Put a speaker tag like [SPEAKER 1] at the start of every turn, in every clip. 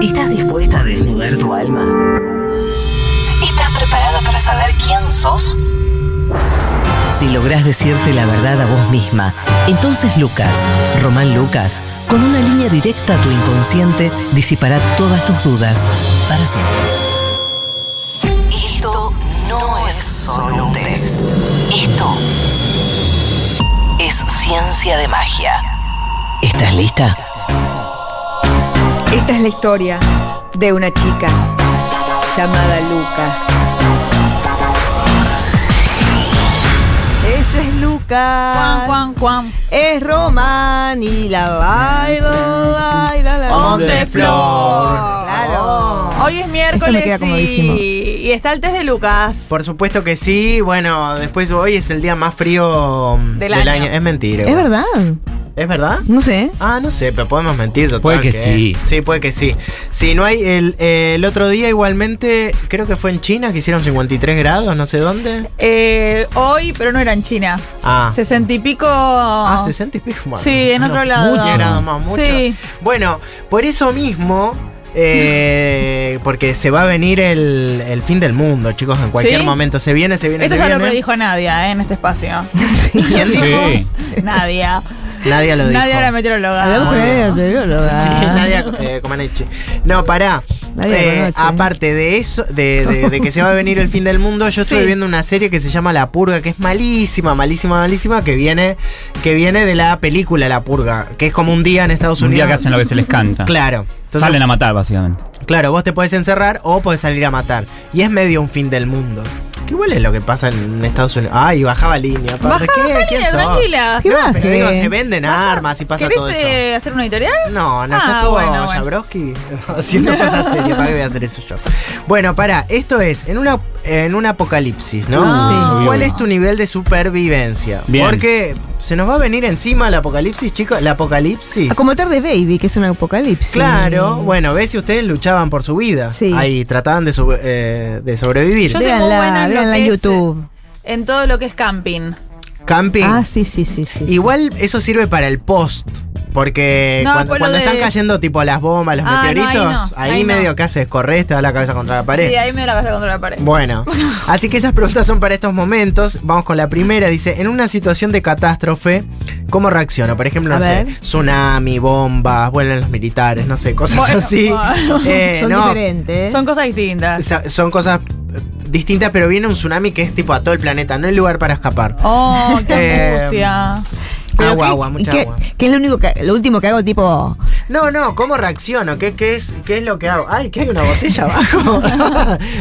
[SPEAKER 1] ¿Estás dispuesta a desnudar tu alma?
[SPEAKER 2] ¿Estás preparada para saber quién sos?
[SPEAKER 1] Si lográs decirte la verdad a vos misma, entonces Lucas, Román Lucas, con una línea directa a tu inconsciente, disipará todas tus dudas para siempre.
[SPEAKER 2] Esto no es solo un test. Esto es ciencia de magia.
[SPEAKER 1] ¿Estás lista?
[SPEAKER 3] Esta es la historia de una chica llamada Lucas. Ella es Lucas.
[SPEAKER 4] Juan, Juan, Juan.
[SPEAKER 3] Es Román y la baila, baila, la
[SPEAKER 5] On the floor.
[SPEAKER 3] Claro.
[SPEAKER 4] Hoy
[SPEAKER 3] Oh.
[SPEAKER 4] es
[SPEAKER 3] Esto me
[SPEAKER 4] miércoles
[SPEAKER 3] queda comodísimo.
[SPEAKER 4] y, y está el test de Lucas.
[SPEAKER 5] Por supuesto que sí. Bueno, después hoy es el día más frío mm,
[SPEAKER 4] Del
[SPEAKER 5] del,
[SPEAKER 4] año.
[SPEAKER 5] año. Es mentira.
[SPEAKER 3] ¿Es verdad?
[SPEAKER 5] ¿Es verdad?
[SPEAKER 3] No sé.
[SPEAKER 5] Ah, no sé, pero podemos mentir. total,
[SPEAKER 6] Puede que sí.
[SPEAKER 5] Sí, puede que sí. Si no hay, el, eh, el otro día igualmente, creo que fue en China que hicieron 53 grados, no sé dónde.
[SPEAKER 4] Eh, hoy, pero no era en China.
[SPEAKER 5] Ah,
[SPEAKER 4] Sesenta y pico.
[SPEAKER 5] ah 60 y pico. bueno,
[SPEAKER 4] Sí, en
[SPEAKER 5] bueno,
[SPEAKER 4] otro lado.
[SPEAKER 5] mucho grado más, mucho.
[SPEAKER 4] Sí.
[SPEAKER 5] Bueno, por eso mismo, eh, porque se va a venir el, el fin del mundo, chicos, en cualquier
[SPEAKER 4] ¿Sí?
[SPEAKER 5] momento. Se viene, se viene,
[SPEAKER 4] Esto
[SPEAKER 5] se
[SPEAKER 4] ya
[SPEAKER 5] viene.
[SPEAKER 4] lo predijo Nadia eh, en este espacio.
[SPEAKER 5] ¿Quién
[SPEAKER 6] Sí.
[SPEAKER 5] dijo?
[SPEAKER 4] Nadia.
[SPEAKER 5] Nadie lo dijo.
[SPEAKER 4] Nadia era meteoróloga.
[SPEAKER 5] Ah,
[SPEAKER 3] con
[SPEAKER 5] bueno.
[SPEAKER 3] ella, te digo, lo
[SPEAKER 5] Sí,
[SPEAKER 3] da.
[SPEAKER 5] Nadia eh, Comaneci. No, pará.
[SPEAKER 3] Nadia
[SPEAKER 5] Eh,
[SPEAKER 3] Comaneci.
[SPEAKER 5] aparte de eso, de, de- de que se va a venir el fin del mundo, yo estuve
[SPEAKER 4] Sí.
[SPEAKER 5] viendo una serie que se llama La Purga, que es malísima, malísima, malísima, que viene, que viene de la película La Purga, que es como un día en Estados
[SPEAKER 6] Un
[SPEAKER 5] Unidos.
[SPEAKER 6] día que hacen lo que se les canta.
[SPEAKER 5] Claro. Entonces,
[SPEAKER 6] Salen a matar, básicamente.
[SPEAKER 5] Claro, vos te podés encerrar o podés salir a matar. Y es medio un fin del mundo. ¿Qué igual es lo que pasa en Estados Unidos? Ay, bajaba línea.
[SPEAKER 4] Baja,
[SPEAKER 5] aparte. ¿Qué?
[SPEAKER 4] baja,
[SPEAKER 5] ¿Quién
[SPEAKER 4] Nadia,
[SPEAKER 5] sos?
[SPEAKER 4] tranquila.
[SPEAKER 3] ¿Qué
[SPEAKER 5] No, pero digo, se
[SPEAKER 3] baje?
[SPEAKER 5] venden armas y pasa
[SPEAKER 4] ¿Querés
[SPEAKER 5] todo eso.
[SPEAKER 4] eh, hacer una editorial?
[SPEAKER 5] No, no,
[SPEAKER 4] Ah,
[SPEAKER 5] ya estuvo
[SPEAKER 4] bueno, bueno.
[SPEAKER 5] Jabrowski haciendo cosas serias. ¿Para qué voy a hacer eso yo? Bueno, pará, esto es en, una, en un apocalipsis, ¿no?
[SPEAKER 4] Ah,
[SPEAKER 6] sí.
[SPEAKER 5] ¿Cuál
[SPEAKER 6] Obvio.
[SPEAKER 5] es tu nivel de supervivencia?
[SPEAKER 6] Bien.
[SPEAKER 5] Porque se nos va a venir encima el apocalipsis, chicos. El apocalipsis.
[SPEAKER 3] Ah, Como tarde baby, que es un apocalipsis.
[SPEAKER 5] Claro, bueno, ves si ustedes luchaban por su vida.
[SPEAKER 3] Sí.
[SPEAKER 5] Ahí trataban de, sobre- eh, de sobrevivir.
[SPEAKER 4] Yo soy muy buena
[SPEAKER 3] Véanla,
[SPEAKER 4] en lo
[SPEAKER 3] véanla en
[SPEAKER 4] que es-
[SPEAKER 3] YouTube.
[SPEAKER 4] En todo lo que es camping.
[SPEAKER 5] Camping.
[SPEAKER 3] Ah, sí, sí, sí, sí.
[SPEAKER 5] Igual eso sirve para el post. Porque
[SPEAKER 4] No,
[SPEAKER 5] cuando,
[SPEAKER 4] con lo
[SPEAKER 5] cuando
[SPEAKER 4] de-
[SPEAKER 5] están cayendo tipo las bombas, los
[SPEAKER 4] Ah, no, ahí
[SPEAKER 5] meteoritos,
[SPEAKER 4] no,
[SPEAKER 5] ahí,
[SPEAKER 4] ahí no.
[SPEAKER 5] medio que haces, corres, te da la cabeza contra la pared.
[SPEAKER 4] Sí, ahí me la vas a contra la pared.
[SPEAKER 5] Bueno, así que esas preguntas son para estos momentos. Vamos con la primera. Dice, en una situación de catástrofe, ¿cómo reacciono? Por ejemplo,
[SPEAKER 3] A
[SPEAKER 5] no sé,
[SPEAKER 3] ver.
[SPEAKER 5] tsunami, bombas, vuelan los militares, no sé, cosas
[SPEAKER 4] Bueno,
[SPEAKER 5] así.
[SPEAKER 4] bueno.
[SPEAKER 5] Eh,
[SPEAKER 3] Son
[SPEAKER 5] no,
[SPEAKER 3] diferentes.
[SPEAKER 4] Son cosas distintas.
[SPEAKER 5] sa- son cosas eh, distintas, pero viene un tsunami que es tipo a todo el planeta, no hay lugar para escapar.
[SPEAKER 4] Oh, qué
[SPEAKER 5] Eh,
[SPEAKER 4] angustia.
[SPEAKER 3] Pero
[SPEAKER 5] agua,
[SPEAKER 3] ¿qué-
[SPEAKER 5] agua, mucha
[SPEAKER 3] qué-
[SPEAKER 5] agua.
[SPEAKER 3] ¿Qué es lo único que, lo último que hago tipo
[SPEAKER 5] No, no, ¿cómo reacciono? ¿Qué, qué es, ¿Qué es lo que hago? Ay, que hay una botella abajo.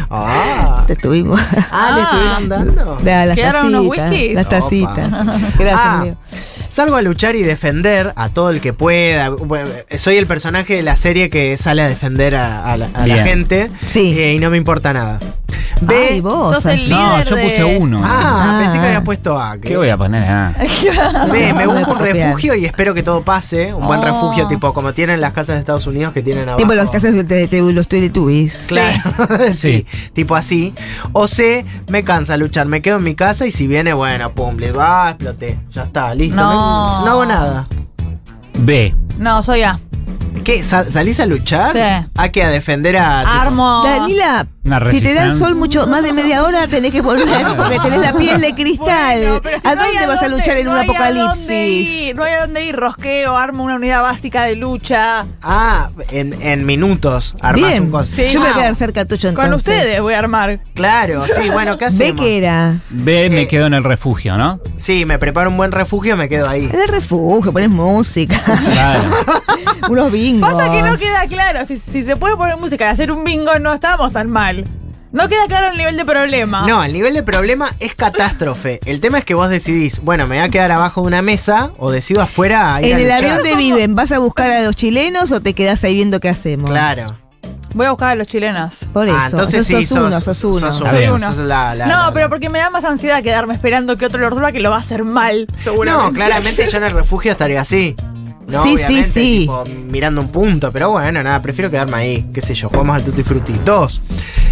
[SPEAKER 5] ah,
[SPEAKER 3] te estuvimos?
[SPEAKER 5] ah, le
[SPEAKER 4] Ah.
[SPEAKER 5] estuvieron dando.
[SPEAKER 3] Da, las
[SPEAKER 4] ¿Quedaron
[SPEAKER 3] tacitas,
[SPEAKER 4] unos whiskies?
[SPEAKER 3] Las tacitas. Gracias,
[SPEAKER 5] Ah,
[SPEAKER 3] amigo.
[SPEAKER 5] Salgo a luchar y defender a todo el que pueda. Bueno, Soy el personaje de la serie que sale a defender a, a la, a la
[SPEAKER 6] Bien.
[SPEAKER 5] gente
[SPEAKER 3] Sí.
[SPEAKER 5] eh, y no me importa nada. B.
[SPEAKER 3] Ay, vos.
[SPEAKER 4] Sos el
[SPEAKER 3] Alfredo.
[SPEAKER 6] No,
[SPEAKER 4] líder
[SPEAKER 6] yo
[SPEAKER 4] de-
[SPEAKER 6] puse uno.
[SPEAKER 5] Ah,
[SPEAKER 3] Ah.
[SPEAKER 5] pensé que habías puesto A. que-
[SPEAKER 6] ¿Qué voy a poner? Ah.
[SPEAKER 5] B, me busco un
[SPEAKER 3] Copiar.
[SPEAKER 5] refugio y espero que todo pase. Un buen
[SPEAKER 4] Oh.
[SPEAKER 5] refugio, tipo como tienen las casas de Estados Unidos que tienen abajo.
[SPEAKER 3] Tipo las casas de de- de los Teletubbies.
[SPEAKER 5] Claro, sí. tipo así. O C, me cansa luchar, me quedo en mi casa y si viene, bueno, pum, le va, exploté. Ya está, listo.
[SPEAKER 4] No.
[SPEAKER 5] no hago nada.
[SPEAKER 6] B.
[SPEAKER 4] No, soy A.
[SPEAKER 5] ¿Qué? ¿Sal- ¿Salís a luchar?
[SPEAKER 4] Sí.
[SPEAKER 5] ¿A qué? ¿A defender a...? tipo-
[SPEAKER 4] Armo.
[SPEAKER 3] Danila,
[SPEAKER 6] Una
[SPEAKER 3] si te da el
[SPEAKER 6] resistencia.
[SPEAKER 3] sol mucho más de media hora tenés que volver porque tenés la piel de cristal.
[SPEAKER 4] Bueno, pero si
[SPEAKER 3] ¿A
[SPEAKER 4] no hay
[SPEAKER 3] dónde vas a luchar en
[SPEAKER 4] no
[SPEAKER 3] un
[SPEAKER 4] hay a dónde
[SPEAKER 3] apocalipsis?
[SPEAKER 4] ir, no hay a dónde ir, rosqueo, armo una unidad básica de lucha.
[SPEAKER 5] Ah, en, en minutos armás
[SPEAKER 3] Bien,
[SPEAKER 5] un coso.
[SPEAKER 4] Sí.
[SPEAKER 3] yo me voy a
[SPEAKER 4] Ah.
[SPEAKER 3] quedar cerca tuyo entonces.
[SPEAKER 4] Con ustedes voy a armar.
[SPEAKER 5] Claro, sí, bueno, ¿qué
[SPEAKER 3] Ve
[SPEAKER 5] hacemos?
[SPEAKER 3] que era.
[SPEAKER 6] B, me
[SPEAKER 5] Eh.
[SPEAKER 6] quedo en el refugio, ¿no?
[SPEAKER 5] Sí, me preparo un buen refugio y me quedo ahí.
[SPEAKER 3] En el refugio, pones música,
[SPEAKER 6] Claro.
[SPEAKER 3] unos bingos.
[SPEAKER 4] Pasa que no queda claro. Si, si se puede poner música y hacer un bingo, no estábamos tan mal. No queda claro el nivel de
[SPEAKER 3] Ah.
[SPEAKER 4] problema.
[SPEAKER 5] No, el nivel de problema es catástrofe. El tema es que vos decidís, bueno, me voy a quedar abajo de una mesa o decido afuera a ir
[SPEAKER 3] En
[SPEAKER 5] a
[SPEAKER 3] el
[SPEAKER 5] luchar.
[SPEAKER 3] avión de Viven, ¿vas a buscar a los chilenos o te quedás ahí viendo qué hacemos?
[SPEAKER 5] Claro.
[SPEAKER 4] Voy a buscar a los chilenos.
[SPEAKER 3] Por eso.
[SPEAKER 5] Ah, entonces
[SPEAKER 3] sos,
[SPEAKER 5] sí,
[SPEAKER 3] sos uno, sos uno.
[SPEAKER 5] sos
[SPEAKER 6] Está bien.
[SPEAKER 5] sos la- la- la-
[SPEAKER 4] no, pero porque me da más ansiedad quedarme esperando que otro lo resuelva que lo va a hacer mal, seguramente.
[SPEAKER 5] No, claramente yo en el refugio estaría así. No,
[SPEAKER 3] Sí, sí,
[SPEAKER 5] obviamente,
[SPEAKER 3] sí.
[SPEAKER 5] tipo, mirando un punto, pero bueno, nada, prefiero quedarme ahí, qué sé yo, jugamos al Tutti Frutti. Dos,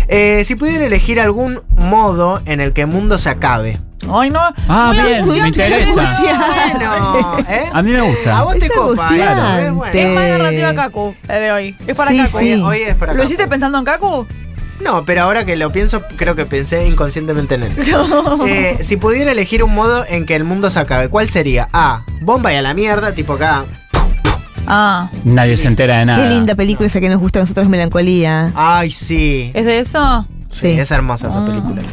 [SPEAKER 5] eh, si pudieran elegir algún modo en el que el mundo se acabe,
[SPEAKER 4] Ay, no.
[SPEAKER 6] Ah,
[SPEAKER 4] Muy
[SPEAKER 6] bien, me
[SPEAKER 4] angustiante,
[SPEAKER 6] interesa.
[SPEAKER 4] angustiante.
[SPEAKER 5] Bueno, ¿eh?
[SPEAKER 6] A mí me
[SPEAKER 5] A
[SPEAKER 6] gusta.
[SPEAKER 5] vos te
[SPEAKER 3] Es
[SPEAKER 5] copa, ¿eh?
[SPEAKER 3] angustiante.
[SPEAKER 5] Eh, bueno.
[SPEAKER 4] Es más
[SPEAKER 3] Eh.
[SPEAKER 4] narrativa Kaku, la de hoy. Es para
[SPEAKER 3] Sí,
[SPEAKER 4] Kaku. ¿eh?
[SPEAKER 5] Hoy,
[SPEAKER 3] sí.
[SPEAKER 5] hoy es para
[SPEAKER 4] ¿Lo
[SPEAKER 5] acá.
[SPEAKER 4] hiciste pensando en Kaku?
[SPEAKER 5] No, pero ahora que lo pienso, creo que pensé inconscientemente en él. Eh, si pudiera elegir un modo en que el mundo se acabe, ¿cuál sería? A. Bomba y a la mierda, tipo acá.
[SPEAKER 4] Ah,
[SPEAKER 6] Nadie se entera de nada.
[SPEAKER 3] Qué linda película esa que nos gusta a nosotros, Melancolía.
[SPEAKER 5] Ay, sí.
[SPEAKER 4] ¿es de eso?
[SPEAKER 5] Sí,
[SPEAKER 3] Sí.
[SPEAKER 5] es hermosa esa
[SPEAKER 4] Ah.
[SPEAKER 5] película.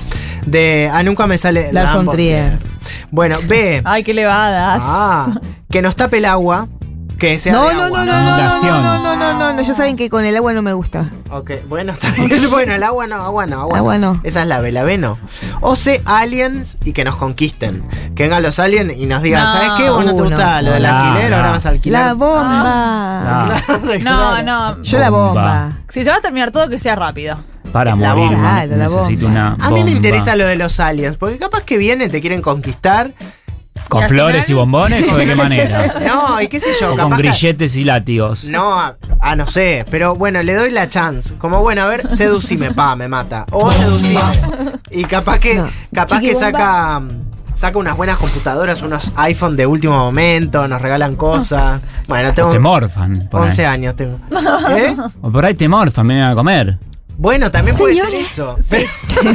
[SPEAKER 5] De. Ah, nunca me sale.
[SPEAKER 3] Lars von
[SPEAKER 5] von
[SPEAKER 3] Trier.
[SPEAKER 5] Trier. Bueno, B.
[SPEAKER 4] Ay, qué levadas.
[SPEAKER 5] Ah, que nos tape el agua. Que sea.
[SPEAKER 3] No,
[SPEAKER 5] de
[SPEAKER 3] no,
[SPEAKER 5] agua.
[SPEAKER 3] no, no, no, no,
[SPEAKER 6] Inundación.
[SPEAKER 3] no, no, no, no, no, ya saben que con el agua no me gusta.
[SPEAKER 5] Ok, bueno, está bien. Bueno, el agua no, agua no, agua.
[SPEAKER 3] Agua no.
[SPEAKER 5] Esa es la B, la B no. O C, aliens y que nos conquisten. Que vengan los aliens y nos digan,
[SPEAKER 4] No.
[SPEAKER 5] ¿sabes qué? Vos no te
[SPEAKER 3] Uh,
[SPEAKER 5] gusta
[SPEAKER 6] no.
[SPEAKER 5] lo del
[SPEAKER 6] No,
[SPEAKER 5] alquiler,
[SPEAKER 6] no.
[SPEAKER 5] ahora vas a alquilar.
[SPEAKER 3] La bomba.
[SPEAKER 6] Ah,
[SPEAKER 4] No, no.
[SPEAKER 3] Yo la bomba.
[SPEAKER 6] Bomba.
[SPEAKER 4] Si se va a terminar todo, que sea rápido.
[SPEAKER 6] Para
[SPEAKER 5] La
[SPEAKER 6] morir.
[SPEAKER 3] bomba.
[SPEAKER 6] ¿no?
[SPEAKER 3] Claro, la
[SPEAKER 6] Necesito
[SPEAKER 3] bomba.
[SPEAKER 6] una.
[SPEAKER 5] A mí me
[SPEAKER 6] bomba.
[SPEAKER 5] interesa lo de los aliens, porque capaz que vienen, te quieren conquistar.
[SPEAKER 6] ¿Con
[SPEAKER 4] Y al
[SPEAKER 6] flores
[SPEAKER 4] final-
[SPEAKER 6] y bombones o de qué manera?
[SPEAKER 5] No, y qué sé yo,
[SPEAKER 6] o con
[SPEAKER 5] capaz que-
[SPEAKER 6] grilletes y látigos.
[SPEAKER 5] No, a, a no sé, pero bueno, le doy la chance. Como bueno, a ver, seducime, pa, me mata. O seducime. Y capaz que,
[SPEAKER 3] No.
[SPEAKER 5] capaz que saca, mm, saca unas buenas computadoras, unos iPhone de último momento, nos regalan cosas. Bueno,
[SPEAKER 6] O
[SPEAKER 5] tengo
[SPEAKER 6] te morfan. Por
[SPEAKER 5] 11
[SPEAKER 6] ahí.
[SPEAKER 5] años. Tengo. ¿Eh?
[SPEAKER 6] O por ahí te morfan, me van a comer.
[SPEAKER 5] Bueno, también puede ser eso. Pero-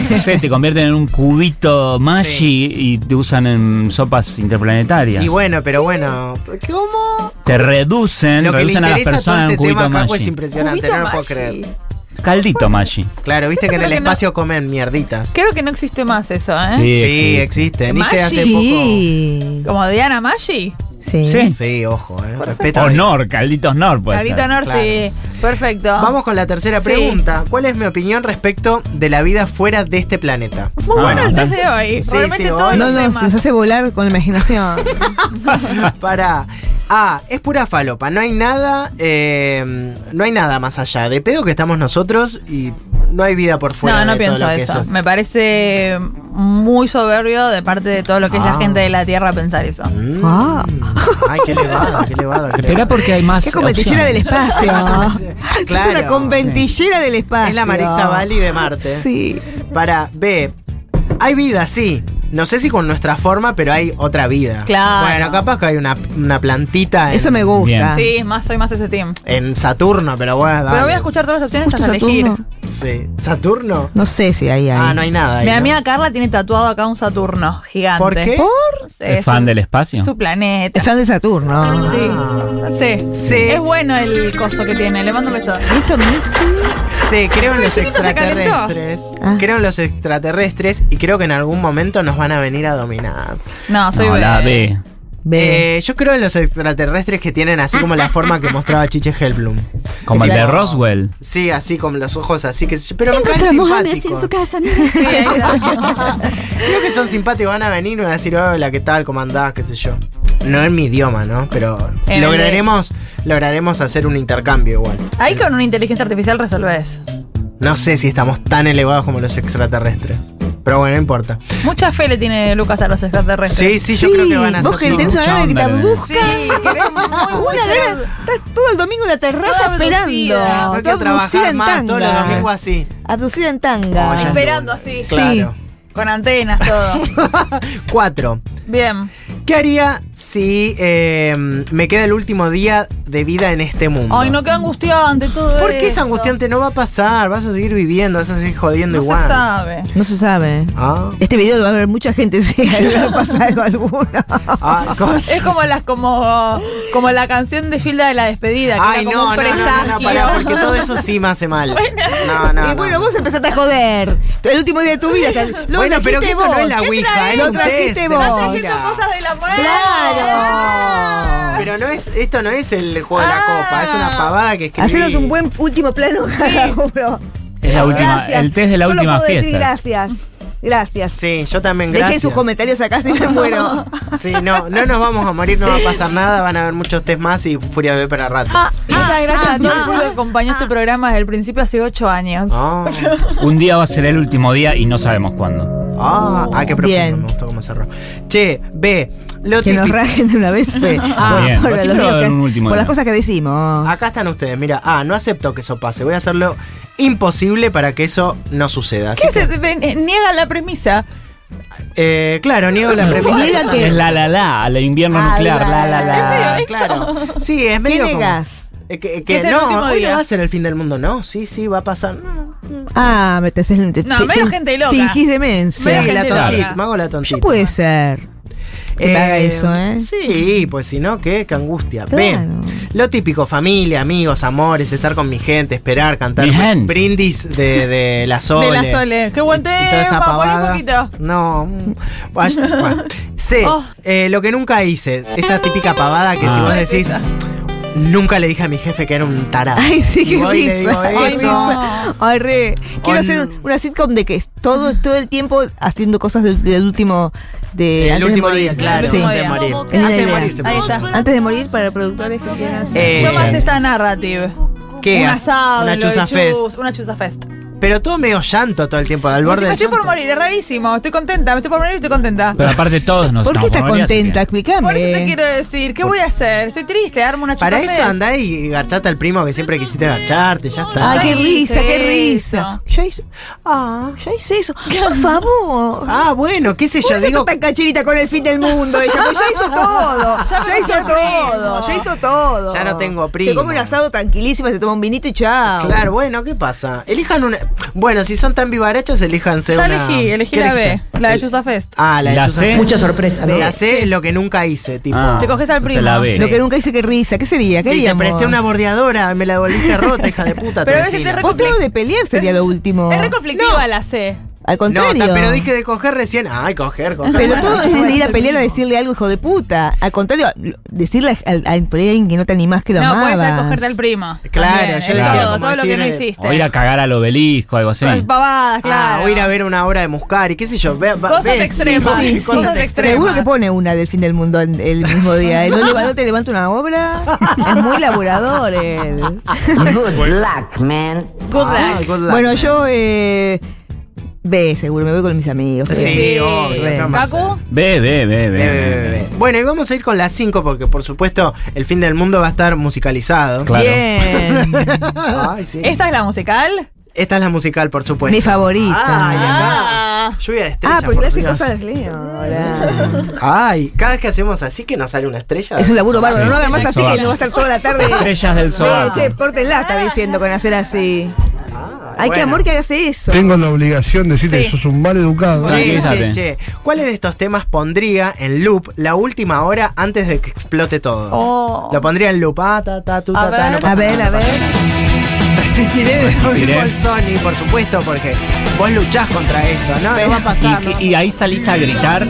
[SPEAKER 6] No sé, te convierten en un cubito magi
[SPEAKER 5] Sí.
[SPEAKER 6] y te usan en sopas interplanetarias.
[SPEAKER 5] y bueno, pero bueno, ¿cómo?
[SPEAKER 6] te reducen,
[SPEAKER 5] Lo que le
[SPEAKER 6] reducen a las
[SPEAKER 5] interesa a todo
[SPEAKER 6] personas en
[SPEAKER 5] este
[SPEAKER 6] un cubito
[SPEAKER 5] tema, Caco, es
[SPEAKER 6] magi.
[SPEAKER 5] impresionante,
[SPEAKER 4] Cubito
[SPEAKER 5] no lo puedo
[SPEAKER 4] Maggi.
[SPEAKER 5] creer.
[SPEAKER 6] Caldito magi.
[SPEAKER 5] Claro, viste que en
[SPEAKER 4] Creo
[SPEAKER 5] el
[SPEAKER 4] que no.
[SPEAKER 5] espacio comen mierditas.
[SPEAKER 4] Creo que no existe más eso, ¿eh?
[SPEAKER 6] Sí.
[SPEAKER 5] Sí,
[SPEAKER 6] existe.
[SPEAKER 5] existen. Hice hace poco.
[SPEAKER 3] Sí.
[SPEAKER 4] Como Diana Maggi.
[SPEAKER 3] Sí.
[SPEAKER 6] Sí.
[SPEAKER 5] Sí, ojo, eh. Respeto a-
[SPEAKER 6] Honor, calditos Nor, puede
[SPEAKER 4] Carita
[SPEAKER 6] ser.
[SPEAKER 4] Nor,
[SPEAKER 5] claro.
[SPEAKER 4] sí. Perfecto.
[SPEAKER 5] Vamos con la tercera
[SPEAKER 4] Sí.
[SPEAKER 5] pregunta. ¿Cuál es mi opinión respecto de la vida fuera de este planeta?
[SPEAKER 4] Muy
[SPEAKER 6] Ah,
[SPEAKER 4] bueno el
[SPEAKER 6] ¿verdad?
[SPEAKER 4] test de hoy.
[SPEAKER 5] Sí,
[SPEAKER 4] Realmente
[SPEAKER 5] sí,
[SPEAKER 4] todos
[SPEAKER 5] hoy.
[SPEAKER 4] los
[SPEAKER 3] No, no, se
[SPEAKER 4] temas.
[SPEAKER 3] nos hace volar con la imaginación.
[SPEAKER 5] Para A, es pura falopa, no hay nada, eh, no hay nada más allá. De pedo que estamos nosotros y no hay vida por fuera.
[SPEAKER 4] no, no
[SPEAKER 5] de
[SPEAKER 4] pienso
[SPEAKER 5] todo lo que
[SPEAKER 4] eso.
[SPEAKER 5] es
[SPEAKER 4] Me parece muy soberbio de parte de todo lo que es la
[SPEAKER 5] Ah.
[SPEAKER 4] gente de la Tierra pensar eso.
[SPEAKER 5] Mm.
[SPEAKER 3] Ah.
[SPEAKER 5] Ay, qué elevado, qué elevado. qué
[SPEAKER 6] Esperá
[SPEAKER 5] elevado.
[SPEAKER 6] porque hay más.
[SPEAKER 3] Qué competillera del
[SPEAKER 6] opciones.
[SPEAKER 3] espacio. Es
[SPEAKER 5] Claro.
[SPEAKER 3] una competillera del espacio.
[SPEAKER 5] Es la Marixa Bali de Marte.
[SPEAKER 3] Sí.
[SPEAKER 5] Para B, hay vida, sí. No sé si con nuestra forma, pero hay otra vida.
[SPEAKER 4] Claro.
[SPEAKER 5] Bueno, capaz que hay una, una plantita en,
[SPEAKER 3] Eso me gusta.
[SPEAKER 4] Sí, es más, soy más ese team.
[SPEAKER 5] en Saturno, pero bueno.
[SPEAKER 4] Pero voy
[SPEAKER 5] dale.
[SPEAKER 4] a escuchar todas las opciones
[SPEAKER 3] Justo
[SPEAKER 4] hasta elegir.
[SPEAKER 3] Saturno.
[SPEAKER 5] Sí. ¿Saturno?
[SPEAKER 3] No sé si ahí hay.
[SPEAKER 5] Ah, no hay nada. ahí,
[SPEAKER 4] Mi
[SPEAKER 5] ¿no?
[SPEAKER 4] amiga Carla tiene tatuado acá un Saturno gigante.
[SPEAKER 5] ¿Por qué?
[SPEAKER 4] Sí,
[SPEAKER 6] ¿Es fan
[SPEAKER 4] su-
[SPEAKER 6] del espacio?
[SPEAKER 4] Su planeta.
[SPEAKER 3] Es fan de
[SPEAKER 5] Eh,
[SPEAKER 3] Saturno.
[SPEAKER 4] Sí.
[SPEAKER 5] Ah.
[SPEAKER 4] sí.
[SPEAKER 5] Sí.
[SPEAKER 4] Es bueno el coso que tiene. Le mando un beso.
[SPEAKER 3] ¿Esto me
[SPEAKER 5] Sí, creo en los
[SPEAKER 4] chiquito se calentó.
[SPEAKER 5] extraterrestres.
[SPEAKER 3] Ah.
[SPEAKER 5] Creo en los extraterrestres y creo que en algún momento nos van a venir a dominar.
[SPEAKER 4] No, soy
[SPEAKER 6] no, la
[SPEAKER 4] B.
[SPEAKER 6] B.
[SPEAKER 3] Ve.
[SPEAKER 5] Eh, yo creo en los extraterrestres que tienen así como la forma que mostraba Chiche Hellblum.
[SPEAKER 6] Como el de
[SPEAKER 5] Claro.
[SPEAKER 6] Roswell.
[SPEAKER 5] Sí, así con los ojos así que pero me caen
[SPEAKER 7] Encontramos a Messi en
[SPEAKER 5] simpáticos.
[SPEAKER 7] su casa. mira.
[SPEAKER 4] Sí, ahí está.
[SPEAKER 5] Creo que son simpáticos, van a venir y van a decir, hola, ¿qué tal? ¿Cómo andás? qué sé yo. No en mi idioma, ¿no? Pero
[SPEAKER 4] En el
[SPEAKER 5] lograremos lograremos hacer un intercambio igual.
[SPEAKER 4] Ahí con una inteligencia artificial resolvés.
[SPEAKER 5] No sé si estamos tan elevados como los extraterrestres. Pero bueno, no importa.
[SPEAKER 4] Mucha fe le tiene Lucas a los extraterrestres.
[SPEAKER 5] Sí, sí, yo creo que van a
[SPEAKER 3] Vos que
[SPEAKER 5] ser.
[SPEAKER 3] le tenés una
[SPEAKER 6] Mucha
[SPEAKER 3] gana de que te
[SPEAKER 6] onda, le-
[SPEAKER 3] abduzca.
[SPEAKER 4] querés muy, muy
[SPEAKER 3] Una
[SPEAKER 4] ser-
[SPEAKER 3] gana- Estás todo el domingo en la terraza
[SPEAKER 4] Toda
[SPEAKER 3] esperando.
[SPEAKER 4] abducida.
[SPEAKER 5] No hay
[SPEAKER 3] Toda
[SPEAKER 5] que
[SPEAKER 3] abducida
[SPEAKER 5] trabajar
[SPEAKER 3] en
[SPEAKER 5] más todos los
[SPEAKER 3] tanga.
[SPEAKER 5] domingos así.
[SPEAKER 3] Abducida en
[SPEAKER 5] Como ya
[SPEAKER 3] tanga.
[SPEAKER 4] Esperando así.
[SPEAKER 5] Claro.
[SPEAKER 4] Con antenas, todo.
[SPEAKER 5] Cuatro.
[SPEAKER 4] Bien.
[SPEAKER 5] ¿Qué haría si eh, me queda el último día de vida en este mundo?
[SPEAKER 4] Ay, no, qué angustiante todo
[SPEAKER 5] ¿Por qué es
[SPEAKER 4] esto.
[SPEAKER 5] angustiante? No va a pasar. Vas a seguir viviendo, vas a seguir jodiendo
[SPEAKER 4] No se
[SPEAKER 5] igual.
[SPEAKER 4] sabe.
[SPEAKER 3] No se sabe.
[SPEAKER 5] Ah,
[SPEAKER 3] Este video lo va a ver mucha gente si le va a pasar algo a alguno.
[SPEAKER 5] ah, cosas.
[SPEAKER 4] Es como las como como la canción de Gilda de la despedida, que
[SPEAKER 5] Ay,
[SPEAKER 4] era
[SPEAKER 5] no,
[SPEAKER 4] como
[SPEAKER 5] no,
[SPEAKER 4] un
[SPEAKER 5] no, no, no,
[SPEAKER 4] presagio.
[SPEAKER 5] pará, porque todo eso sí me hace mal. No, no,
[SPEAKER 3] y bueno,
[SPEAKER 5] no.
[SPEAKER 3] vos empezaste a joder. El último día de tu vida. estás- Lo
[SPEAKER 5] Bueno, pero que
[SPEAKER 3] trajiste
[SPEAKER 5] esto no es la
[SPEAKER 3] vos.
[SPEAKER 5] Ouija, es
[SPEAKER 3] Lo
[SPEAKER 5] un test.
[SPEAKER 3] trajiste
[SPEAKER 5] de
[SPEAKER 3] vos.
[SPEAKER 5] mentira.
[SPEAKER 4] Trayendo cosas de la muerte.
[SPEAKER 3] ¡Claro!
[SPEAKER 5] Pero no es, esto no es el juego de la
[SPEAKER 4] Ah.
[SPEAKER 5] copa, es una pavada que escribí.
[SPEAKER 3] Haceros un buen último plano cada uno.
[SPEAKER 6] Es la última.
[SPEAKER 3] Gracias.
[SPEAKER 6] El test de la
[SPEAKER 3] Solo
[SPEAKER 6] última
[SPEAKER 3] puedo
[SPEAKER 6] fiesta.
[SPEAKER 3] decir gracias. Gracias.
[SPEAKER 5] Sí, yo también,
[SPEAKER 3] Dejé
[SPEAKER 5] gracias.
[SPEAKER 3] sus comentarios acá si me muero.
[SPEAKER 5] Sí, no, no nos vamos a morir, no va a pasar nada, van a haber muchos test más y Furia B para rato.
[SPEAKER 4] Ah. Muchas gracias a todo el mundo que acompañó este programa desde el principio hace ocho años.
[SPEAKER 5] Ah,
[SPEAKER 6] Un día va a ser el último día y no sabemos cuándo.
[SPEAKER 5] ah, ah, qué profundo,
[SPEAKER 3] Bien.
[SPEAKER 5] me gustó cómo cerró. Che, B, lo
[SPEAKER 3] Que nos
[SPEAKER 5] típico-
[SPEAKER 3] rajen de una vez. pe.
[SPEAKER 6] bien.
[SPEAKER 3] por,
[SPEAKER 6] Pues
[SPEAKER 3] los
[SPEAKER 6] siempre va a
[SPEAKER 3] líos
[SPEAKER 6] haber
[SPEAKER 3] que-
[SPEAKER 6] un último
[SPEAKER 3] por las
[SPEAKER 6] día.
[SPEAKER 3] cosas que decimos.
[SPEAKER 5] Acá están ustedes, mira, ah, no acepto que eso pase, voy a hacerlo imposible para que eso no suceda. Así
[SPEAKER 4] ¿Qué
[SPEAKER 5] que-
[SPEAKER 4] se te- ven- eh, niega la premisa?
[SPEAKER 5] Eh, claro, niego la premisa.
[SPEAKER 7] Niega
[SPEAKER 5] que-
[SPEAKER 7] que-
[SPEAKER 6] Es la la la, la invierno
[SPEAKER 7] Ah,
[SPEAKER 6] nuclear.
[SPEAKER 7] la,
[SPEAKER 6] La la
[SPEAKER 7] la,
[SPEAKER 6] la.
[SPEAKER 5] Claro. Sí, es
[SPEAKER 7] ¿Qué
[SPEAKER 5] medio. como-
[SPEAKER 7] negas?
[SPEAKER 5] Eh, que
[SPEAKER 4] Que
[SPEAKER 5] que
[SPEAKER 4] es el último
[SPEAKER 5] no, hoy no
[SPEAKER 4] día.
[SPEAKER 5] va a ser el fin del mundo. No, sí, sí, va a pasar. No,
[SPEAKER 7] Ah, metes el. te-
[SPEAKER 4] No,
[SPEAKER 7] te-
[SPEAKER 4] medio
[SPEAKER 7] te-
[SPEAKER 4] gente loca.
[SPEAKER 7] Fingís
[SPEAKER 5] Sí,
[SPEAKER 7] demencia.
[SPEAKER 4] Medio gente
[SPEAKER 5] la tontita.
[SPEAKER 4] loca.
[SPEAKER 5] Mago la tontita.
[SPEAKER 7] Yo puede ser. Que me haga eso, ¿eh?
[SPEAKER 5] Sí, pues si no, qué, qué angustia.
[SPEAKER 7] Claro.
[SPEAKER 5] Ven, lo típico, familia, amigos, amores, estar con mi gente, esperar, cantar
[SPEAKER 6] Mi gente.
[SPEAKER 5] brindis de, de la Sole.
[SPEAKER 4] De la Sole. Que
[SPEAKER 5] Y- y
[SPEAKER 4] aguante,
[SPEAKER 5] toda esa
[SPEAKER 4] por un
[SPEAKER 5] pavada.
[SPEAKER 4] poquito.
[SPEAKER 5] No. mm, vaya, bueno. C,
[SPEAKER 4] Oh.
[SPEAKER 5] eh, lo que nunca hice, esa típica pavada que si
[SPEAKER 6] Ah.
[SPEAKER 5] vos decís, nunca le dije a mi jefe que era un tarado.
[SPEAKER 7] Ay, sí, qué
[SPEAKER 5] Voy y le
[SPEAKER 7] risa.
[SPEAKER 5] digo
[SPEAKER 7] qué
[SPEAKER 5] eso.
[SPEAKER 7] risa. Ay, re. Quiero
[SPEAKER 5] On-
[SPEAKER 7] hacer un- una sitcom de que es todo, todo el tiempo haciendo cosas del, del último. De,
[SPEAKER 5] El
[SPEAKER 7] antes de
[SPEAKER 5] último
[SPEAKER 7] morir.
[SPEAKER 5] día, claro.
[SPEAKER 7] Sí.
[SPEAKER 4] último
[SPEAKER 5] Antes de
[SPEAKER 4] día.
[SPEAKER 7] Es
[SPEAKER 5] morir.
[SPEAKER 7] la
[SPEAKER 5] Antes de
[SPEAKER 7] idea.
[SPEAKER 5] morirse.
[SPEAKER 7] Ahí está. Antes de morir para productores que quieran hacer.
[SPEAKER 5] Eh,
[SPEAKER 4] Yo más esta narrative.
[SPEAKER 5] ¿qué?
[SPEAKER 4] Un asado,
[SPEAKER 5] Una
[SPEAKER 4] lo del
[SPEAKER 5] chusa fest.
[SPEAKER 4] chus, una chusa fest.
[SPEAKER 5] Pero todo medio llanto todo el tiempo, al
[SPEAKER 4] Encima
[SPEAKER 5] borde del
[SPEAKER 4] estoy por
[SPEAKER 5] llanto.
[SPEAKER 4] morir, es rarísimo. Estoy contenta, me estoy por morir y estoy contenta.
[SPEAKER 6] Pero aparte todos nos
[SPEAKER 7] ¿Por qué
[SPEAKER 6] estamos
[SPEAKER 7] está
[SPEAKER 6] por morir, así
[SPEAKER 7] contenta?
[SPEAKER 6] que-
[SPEAKER 7] Explícame.
[SPEAKER 4] Por eso te quiero decir, ¿qué voy a hacer? Estoy triste, armo una chusa
[SPEAKER 5] Para
[SPEAKER 4] fest.
[SPEAKER 5] eso andá y garchate al primo que siempre quisiste garcharte, ya está.
[SPEAKER 7] Ay, qué risa, qué
[SPEAKER 4] Hice
[SPEAKER 7] risa. Yo hice, ah, yo hice eso. Por favor.
[SPEAKER 5] Ah, bueno, qué sé yo, digo.
[SPEAKER 7] tan cacherita con el fin del mundo ella, pues ya hizo todo, ya, hizo todo, ya hizo todo.
[SPEAKER 5] Ya no tengo
[SPEAKER 7] Se come un
[SPEAKER 5] primos.
[SPEAKER 7] asado tranquilísima, se toma un vinito y chao.
[SPEAKER 5] Claro, bueno, ¿qué pasa? Elijan una. Bueno, si son tan vivarachas, elijanse
[SPEAKER 4] Ya
[SPEAKER 5] una.
[SPEAKER 4] elegí, elegí
[SPEAKER 5] ¿Qué
[SPEAKER 4] la B,
[SPEAKER 5] elegiste?
[SPEAKER 4] la de
[SPEAKER 5] El-
[SPEAKER 4] chusa fest.
[SPEAKER 5] Ah, la de
[SPEAKER 6] La
[SPEAKER 5] Chusa
[SPEAKER 6] C.
[SPEAKER 5] Fest.
[SPEAKER 1] sorpresa,
[SPEAKER 5] La C es lo que nunca hice, tipo.
[SPEAKER 6] Ah.
[SPEAKER 4] Te coges al primo.
[SPEAKER 6] Entonces la B.
[SPEAKER 7] Lo que nunca hice que risa, ¿qué sería? ¿Qué
[SPEAKER 5] Sí, te
[SPEAKER 7] haríamos?
[SPEAKER 5] presté una bordeadora, me la devolviste rota, hija de puta.
[SPEAKER 4] Pero a
[SPEAKER 5] tu
[SPEAKER 4] veces te
[SPEAKER 5] vecina.
[SPEAKER 4] re-
[SPEAKER 7] Vos todo de pelear sería lo último.
[SPEAKER 4] Es re conflictiva la C.
[SPEAKER 7] Al
[SPEAKER 5] No,
[SPEAKER 7] contrario.
[SPEAKER 5] ta- pero dije de coger recién. Ay, coger, coger.
[SPEAKER 7] Pero todo es de ir a pelear a decirle algo, hijo de puta. Al contrario, lo- decirle al, al- por ahí a alguien que no te animás que lo
[SPEAKER 4] No,
[SPEAKER 7] amabas.
[SPEAKER 4] puedes ser cogerte al primo.
[SPEAKER 5] Claro, yo
[SPEAKER 4] es
[SPEAKER 6] decía,
[SPEAKER 4] todo,
[SPEAKER 5] como
[SPEAKER 4] todo lo que
[SPEAKER 5] decir,
[SPEAKER 4] no
[SPEAKER 5] eh,
[SPEAKER 4] hiciste.
[SPEAKER 6] O ir a cagar al obelisco, algo así.
[SPEAKER 4] Con pavadas,
[SPEAKER 5] Ah,
[SPEAKER 4] claro.
[SPEAKER 5] o ir a ver una obra de Muscari, qué sé yo. ve- va-
[SPEAKER 4] Cosas
[SPEAKER 5] ves,
[SPEAKER 4] extremas,
[SPEAKER 5] sí,
[SPEAKER 4] sí,
[SPEAKER 5] cosas
[SPEAKER 4] sí.
[SPEAKER 5] extremas.
[SPEAKER 7] Seguro que pone una del fin del mundo en- el mismo día. ¿eh? El Oli Badó te levanta una obra. Es muy laborador él.
[SPEAKER 1] Good luck, man.
[SPEAKER 4] Good
[SPEAKER 5] Ah,
[SPEAKER 4] luck.
[SPEAKER 5] good luck,
[SPEAKER 7] Bueno,
[SPEAKER 5] man.
[SPEAKER 7] yo eh, ve seguro, me voy con mis amigos. eh.
[SPEAKER 5] Sí,
[SPEAKER 7] creo.
[SPEAKER 5] obvio.
[SPEAKER 7] re.
[SPEAKER 5] ¿qué más
[SPEAKER 4] Cacu,
[SPEAKER 6] Ve, ve,
[SPEAKER 5] Ve,
[SPEAKER 6] ve, ve.
[SPEAKER 5] ve, ve, ve. Bueno, y vamos a ir con las 5 porque por supuesto el fin del mundo va a estar musicalizado.
[SPEAKER 6] Claro.
[SPEAKER 7] Bien.
[SPEAKER 5] Ay, sí.
[SPEAKER 4] ¿esta es la musical?
[SPEAKER 5] Esta es la musical, por supuesto.
[SPEAKER 7] Mi favorita.
[SPEAKER 5] Ay, acá. Lluvia de estrellas.
[SPEAKER 7] ah, porque
[SPEAKER 5] Ah, por
[SPEAKER 7] hace
[SPEAKER 5] Dios.
[SPEAKER 7] cosas Leora.
[SPEAKER 5] Ay, cada vez que hacemos así que nos sale una estrella. Ah,
[SPEAKER 7] Es un laburo bárbaro,
[SPEAKER 6] Sí.
[SPEAKER 7] no hagan más así que no va a estar toda la tarde.
[SPEAKER 6] Estrellas del
[SPEAKER 7] Eh,
[SPEAKER 6] sol.
[SPEAKER 7] che, córtenla, está diciendo con hacer así.
[SPEAKER 5] Ah,
[SPEAKER 7] Ay, qué
[SPEAKER 5] bueno.
[SPEAKER 7] amor que hagas eso.
[SPEAKER 8] Tengo la obligación de decirte
[SPEAKER 4] Sí.
[SPEAKER 8] que sos un mal educado.
[SPEAKER 5] Che, che,
[SPEAKER 6] Tranquilízate.
[SPEAKER 5] che. ¿Cuáles de estos temas pondría en loop la última hora antes de que explote todo? Lo pondría en loop. Ah, ta, ta, tu, ta,
[SPEAKER 4] A
[SPEAKER 5] ta,
[SPEAKER 4] ver.
[SPEAKER 5] no pasa
[SPEAKER 7] A ver,
[SPEAKER 5] nada,
[SPEAKER 7] a
[SPEAKER 5] no
[SPEAKER 7] ver.
[SPEAKER 5] pasa nada. Resistiré de eso mismo
[SPEAKER 6] Resistiré.
[SPEAKER 5] el Sony, por supuesto, porque vos luchás contra eso, ¿no? No va a pasar.
[SPEAKER 6] Y, y- y ahí salís a gritar,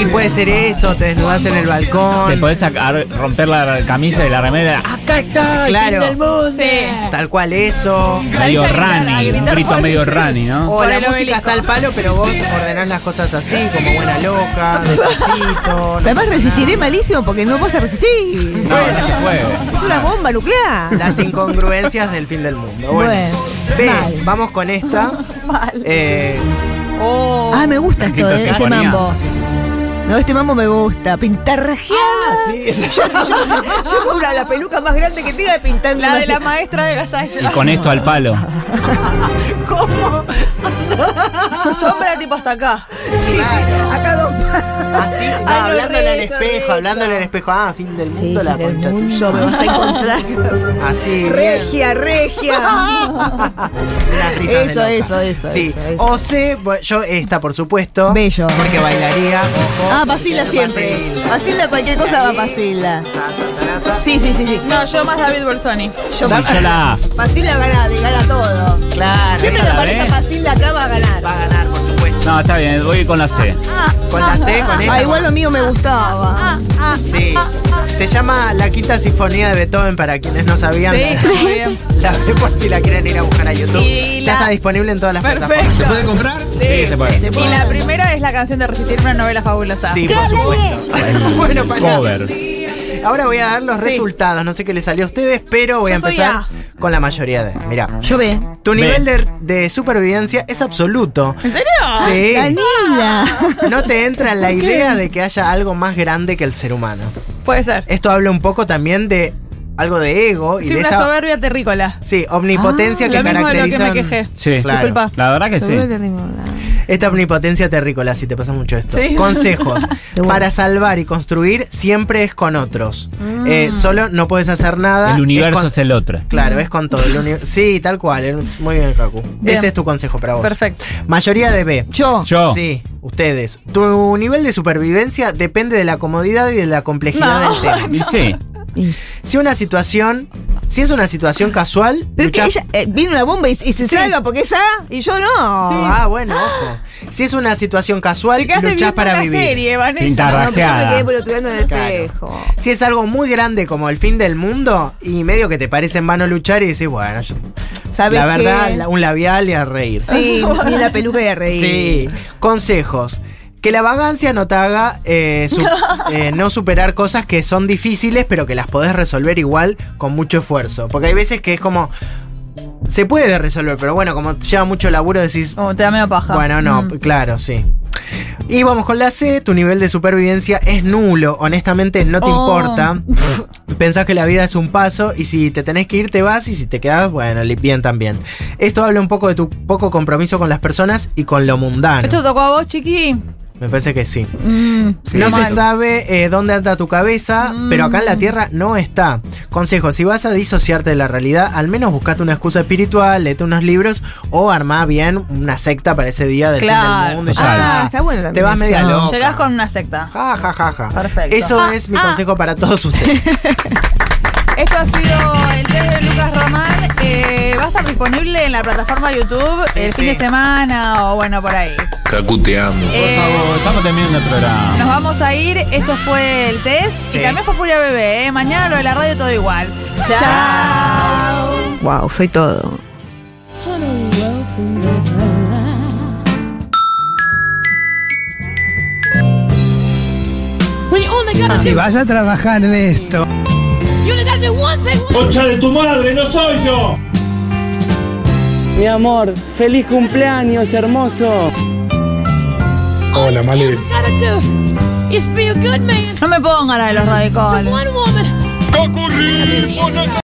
[SPEAKER 5] Y puede ser eso, te desnudás en el
[SPEAKER 6] te
[SPEAKER 5] balcón.
[SPEAKER 6] podés sacar- romper la camisa y la remera.
[SPEAKER 5] Ah,
[SPEAKER 6] Acá está, el
[SPEAKER 5] Claro.
[SPEAKER 6] fin del mundo.
[SPEAKER 4] Sí.
[SPEAKER 5] Tal cual eso.
[SPEAKER 6] Medio
[SPEAKER 4] Salís a gritar, a
[SPEAKER 6] rani, un
[SPEAKER 4] gritar
[SPEAKER 6] grito
[SPEAKER 4] por-
[SPEAKER 6] medio rani, ¿no?
[SPEAKER 5] O
[SPEAKER 4] Por
[SPEAKER 5] la
[SPEAKER 4] el
[SPEAKER 5] música
[SPEAKER 4] obelisco.
[SPEAKER 5] está al palo, pero vos ordenás las cosas así, como buena loca, despacito. no
[SPEAKER 7] Además
[SPEAKER 5] pasa
[SPEAKER 7] resistiré malísimo porque no vas a resistir.
[SPEAKER 6] No, no se puede.
[SPEAKER 7] Es una bomba nuclear.
[SPEAKER 5] nada. Las incongruencias del fin del mundo. Bueno,
[SPEAKER 7] Bueno,
[SPEAKER 5] B,
[SPEAKER 7] mal.
[SPEAKER 5] vamos con esta.
[SPEAKER 4] Mal.
[SPEAKER 5] Eh,
[SPEAKER 4] Oh.
[SPEAKER 7] Ah, me gusta esto,
[SPEAKER 6] Grito
[SPEAKER 7] eh, este
[SPEAKER 6] sinfonía.
[SPEAKER 7] mambo. No, este mambo me gusta. Pintarrajeada.
[SPEAKER 5] sí, es-
[SPEAKER 7] Yo con una- la peluca más grande que tenga Ah. de pintar.
[SPEAKER 4] La de la maestra de
[SPEAKER 6] Y
[SPEAKER 4] Gasalla.
[SPEAKER 6] con esto al palo.
[SPEAKER 4] Sombra tipo hasta acá.
[SPEAKER 7] Acá dos
[SPEAKER 5] así, no,
[SPEAKER 7] no,
[SPEAKER 5] hablándole al
[SPEAKER 7] rezo,
[SPEAKER 5] espejo,
[SPEAKER 7] rezo.
[SPEAKER 5] hablándole al espejo. Ah, fin del
[SPEAKER 7] Sí,
[SPEAKER 5] mundo, la
[SPEAKER 7] en el
[SPEAKER 5] concha
[SPEAKER 7] mundo me
[SPEAKER 5] tuya.
[SPEAKER 7] vas a encontrar.
[SPEAKER 5] Así, bien.
[SPEAKER 7] regia, regia.
[SPEAKER 5] Las risas de
[SPEAKER 7] Eso,
[SPEAKER 5] loca.
[SPEAKER 7] eso, eso,
[SPEAKER 5] Sí.
[SPEAKER 7] eso, eso.
[SPEAKER 5] O C, bueno, yo esta, por supuesto.
[SPEAKER 7] Bello.
[SPEAKER 5] Porque bailaría. ojo,
[SPEAKER 7] Ah, vacila siempre. Ah,
[SPEAKER 5] Basila.
[SPEAKER 7] Vacila cualquier cosa va vacila.
[SPEAKER 5] Ta, ta, ta, ta.
[SPEAKER 7] Sí, sí, sí, sí.
[SPEAKER 4] No, yo más David Bolsoni.
[SPEAKER 7] Yo
[SPEAKER 6] Y yo la A.
[SPEAKER 7] Vacila gana, de gana todo.
[SPEAKER 5] Claro,
[SPEAKER 7] Siempre
[SPEAKER 5] esa
[SPEAKER 7] la
[SPEAKER 6] ¿eh?
[SPEAKER 7] pareja Vacila acá va a ganar.
[SPEAKER 5] va a ganar, por supuesto.
[SPEAKER 6] No, está bien, voy con la C.
[SPEAKER 5] Con la C, con esta.
[SPEAKER 7] Ah, igual Ah, lo mío me gustaba.
[SPEAKER 5] Sí. Se llama La Quinta Sinfonía de Beethoven, para quienes no sabían.
[SPEAKER 4] Sí, muy bien.
[SPEAKER 5] La ve por si la quieren ir a buscar a YouTube.
[SPEAKER 4] Y
[SPEAKER 5] ya
[SPEAKER 4] la-
[SPEAKER 5] está disponible en todas las plataformas.
[SPEAKER 4] Perfecto.
[SPEAKER 8] puede comprar?
[SPEAKER 6] Sí, se puede.
[SPEAKER 4] Y la primera es la canción de Resistir una novela fabulosa.
[SPEAKER 5] Sí, por supuesto. bueno, para
[SPEAKER 6] Cover.
[SPEAKER 5] Ahora voy a dar los resultados. No sé qué les salió a ustedes, pero voy a
[SPEAKER 4] Yo soy
[SPEAKER 5] empezar
[SPEAKER 4] A.
[SPEAKER 5] con la mayoría de. Mirá.
[SPEAKER 7] Yo ve.
[SPEAKER 5] Tu
[SPEAKER 6] B.
[SPEAKER 5] nivel de, de supervivencia es absoluto.
[SPEAKER 4] ¿En serio?
[SPEAKER 5] Sí.
[SPEAKER 7] Danila.
[SPEAKER 5] No te entra la idea de que haya algo más grande que el ser humano.
[SPEAKER 4] Puede ser.
[SPEAKER 5] Esto habla un poco también de algo de ego y
[SPEAKER 4] Sí,
[SPEAKER 5] de
[SPEAKER 4] una
[SPEAKER 5] esa
[SPEAKER 4] soberbia terrícola.
[SPEAKER 5] sí, omnipotencia
[SPEAKER 4] Ah,
[SPEAKER 5] que
[SPEAKER 4] lo mismo de lo que me
[SPEAKER 5] caracteriza.
[SPEAKER 4] quejé.
[SPEAKER 6] Sí,
[SPEAKER 5] Claro.
[SPEAKER 4] Disculpa.
[SPEAKER 6] la verdad que sí.
[SPEAKER 7] Seguro que rimó, la-
[SPEAKER 5] Esta omnipotencia terrícola, si te pasa mucho esto.
[SPEAKER 4] Sí.
[SPEAKER 5] Consejos.
[SPEAKER 7] bueno.
[SPEAKER 5] Para salvar y construir siempre es con otros.
[SPEAKER 4] Mm.
[SPEAKER 5] Eh, solo no puedes hacer nada.
[SPEAKER 6] El universo
[SPEAKER 5] con-
[SPEAKER 6] es el otro.
[SPEAKER 5] Claro, es con todo. El uni- sí, tal cual. eh, Muy bien, Kaku.
[SPEAKER 4] Bien.
[SPEAKER 5] Ese es tu consejo para vos.
[SPEAKER 4] Perfecto.
[SPEAKER 5] Mayoría de B.
[SPEAKER 7] Yo.
[SPEAKER 6] Yo.
[SPEAKER 5] Sí, ustedes. Tu nivel de supervivencia depende de la comodidad y de la complejidad
[SPEAKER 4] No.
[SPEAKER 5] del tema.
[SPEAKER 6] Y sí.
[SPEAKER 7] Y-
[SPEAKER 5] Si una situación, si es una situación casual,
[SPEAKER 7] Pero es que
[SPEAKER 5] luchás-
[SPEAKER 7] ella eh, viene una bomba y, y se salva porque es A y yo no.
[SPEAKER 5] Ah, bueno, ojo. Si es una situación
[SPEAKER 4] Te
[SPEAKER 5] casual,
[SPEAKER 4] quedaste
[SPEAKER 5] luchás
[SPEAKER 4] viendo
[SPEAKER 5] para
[SPEAKER 4] una
[SPEAKER 5] vivir.
[SPEAKER 4] serie,
[SPEAKER 7] No, pero
[SPEAKER 4] Vanessa.
[SPEAKER 6] Pintar.
[SPEAKER 7] yo me
[SPEAKER 6] Rajeada.
[SPEAKER 7] quedé pelotudeando en el
[SPEAKER 5] Claro.
[SPEAKER 7] espejo.
[SPEAKER 5] Si es algo muy grande como el fin del mundo y medio que te parece en vano luchar y decís, bueno, yo-
[SPEAKER 7] ¿Sabes
[SPEAKER 5] la verdad,
[SPEAKER 7] qué?
[SPEAKER 5] la- un labial y a reírse.
[SPEAKER 7] Sí, ni la peluca y a reír.
[SPEAKER 5] Sí. Consejos. Que la vagancia no te haga eh, su- eh, no superar cosas que son difíciles, pero que las podés resolver igual con mucho esfuerzo. Porque hay veces que es como. Se puede resolver, pero bueno, como lleva mucho laburo, decís.
[SPEAKER 4] Como Oh, te da medio paja.
[SPEAKER 5] Bueno, no,
[SPEAKER 4] Mm.
[SPEAKER 5] claro, sí. Y vamos con la C, tu nivel de supervivencia es nulo, honestamente no te
[SPEAKER 4] Oh.
[SPEAKER 5] importa. Pensás que la vida es un paso y si te tenés que ir te vas y si te quedás, bueno, li- bien también. Esto habla un poco de tu poco compromiso con las personas y con lo mundano.
[SPEAKER 4] ¿Esto tocó a vos, chiqui?
[SPEAKER 5] Me parece que sí.
[SPEAKER 4] Mm,
[SPEAKER 5] no
[SPEAKER 4] mal. Mm.
[SPEAKER 5] se sabe eh, dónde anda tu cabeza, pero acá en la Tierra no está. Consejo, si vas a disociarte de la realidad, al menos buscate una excusa espiritual, léete unos libros o armá bien una secta para ese día del fin del
[SPEAKER 4] Claro.
[SPEAKER 5] mundo. y ya
[SPEAKER 6] Ah,
[SPEAKER 5] está.
[SPEAKER 7] está bueno también
[SPEAKER 5] Te vas
[SPEAKER 7] eso.
[SPEAKER 5] media loca.
[SPEAKER 4] Llegás con una secta.
[SPEAKER 5] Ja, ja, ja, ja.
[SPEAKER 4] Perfecto.
[SPEAKER 5] Eso
[SPEAKER 4] Ah,
[SPEAKER 5] es mi
[SPEAKER 4] ah.
[SPEAKER 5] consejo para todos ustedes.
[SPEAKER 4] Esto ha sido el test de Lucas Román. Eh, va a estar disponible en la plataforma YouTube
[SPEAKER 5] Sí,
[SPEAKER 4] el
[SPEAKER 5] sí.
[SPEAKER 4] fin de semana o bueno, por ahí.
[SPEAKER 9] Cacuteando.
[SPEAKER 6] Por
[SPEAKER 4] Eh,
[SPEAKER 6] favor, estamos terminando el programa.
[SPEAKER 4] Nos vamos a ir. Esto fue el test.
[SPEAKER 5] Sí.
[SPEAKER 4] Y también fue Furia Bebé. ¿eh? Mañana lo de la radio todo igual. Chao.
[SPEAKER 7] Wow, soy todo.
[SPEAKER 8] Si vas a trabajar de esto.
[SPEAKER 10] ¡Concha de tu madre, no soy yo! Mi amor, feliz cumpleaños, hermoso.
[SPEAKER 8] Hola, Male.
[SPEAKER 4] No me pongan a los radicales.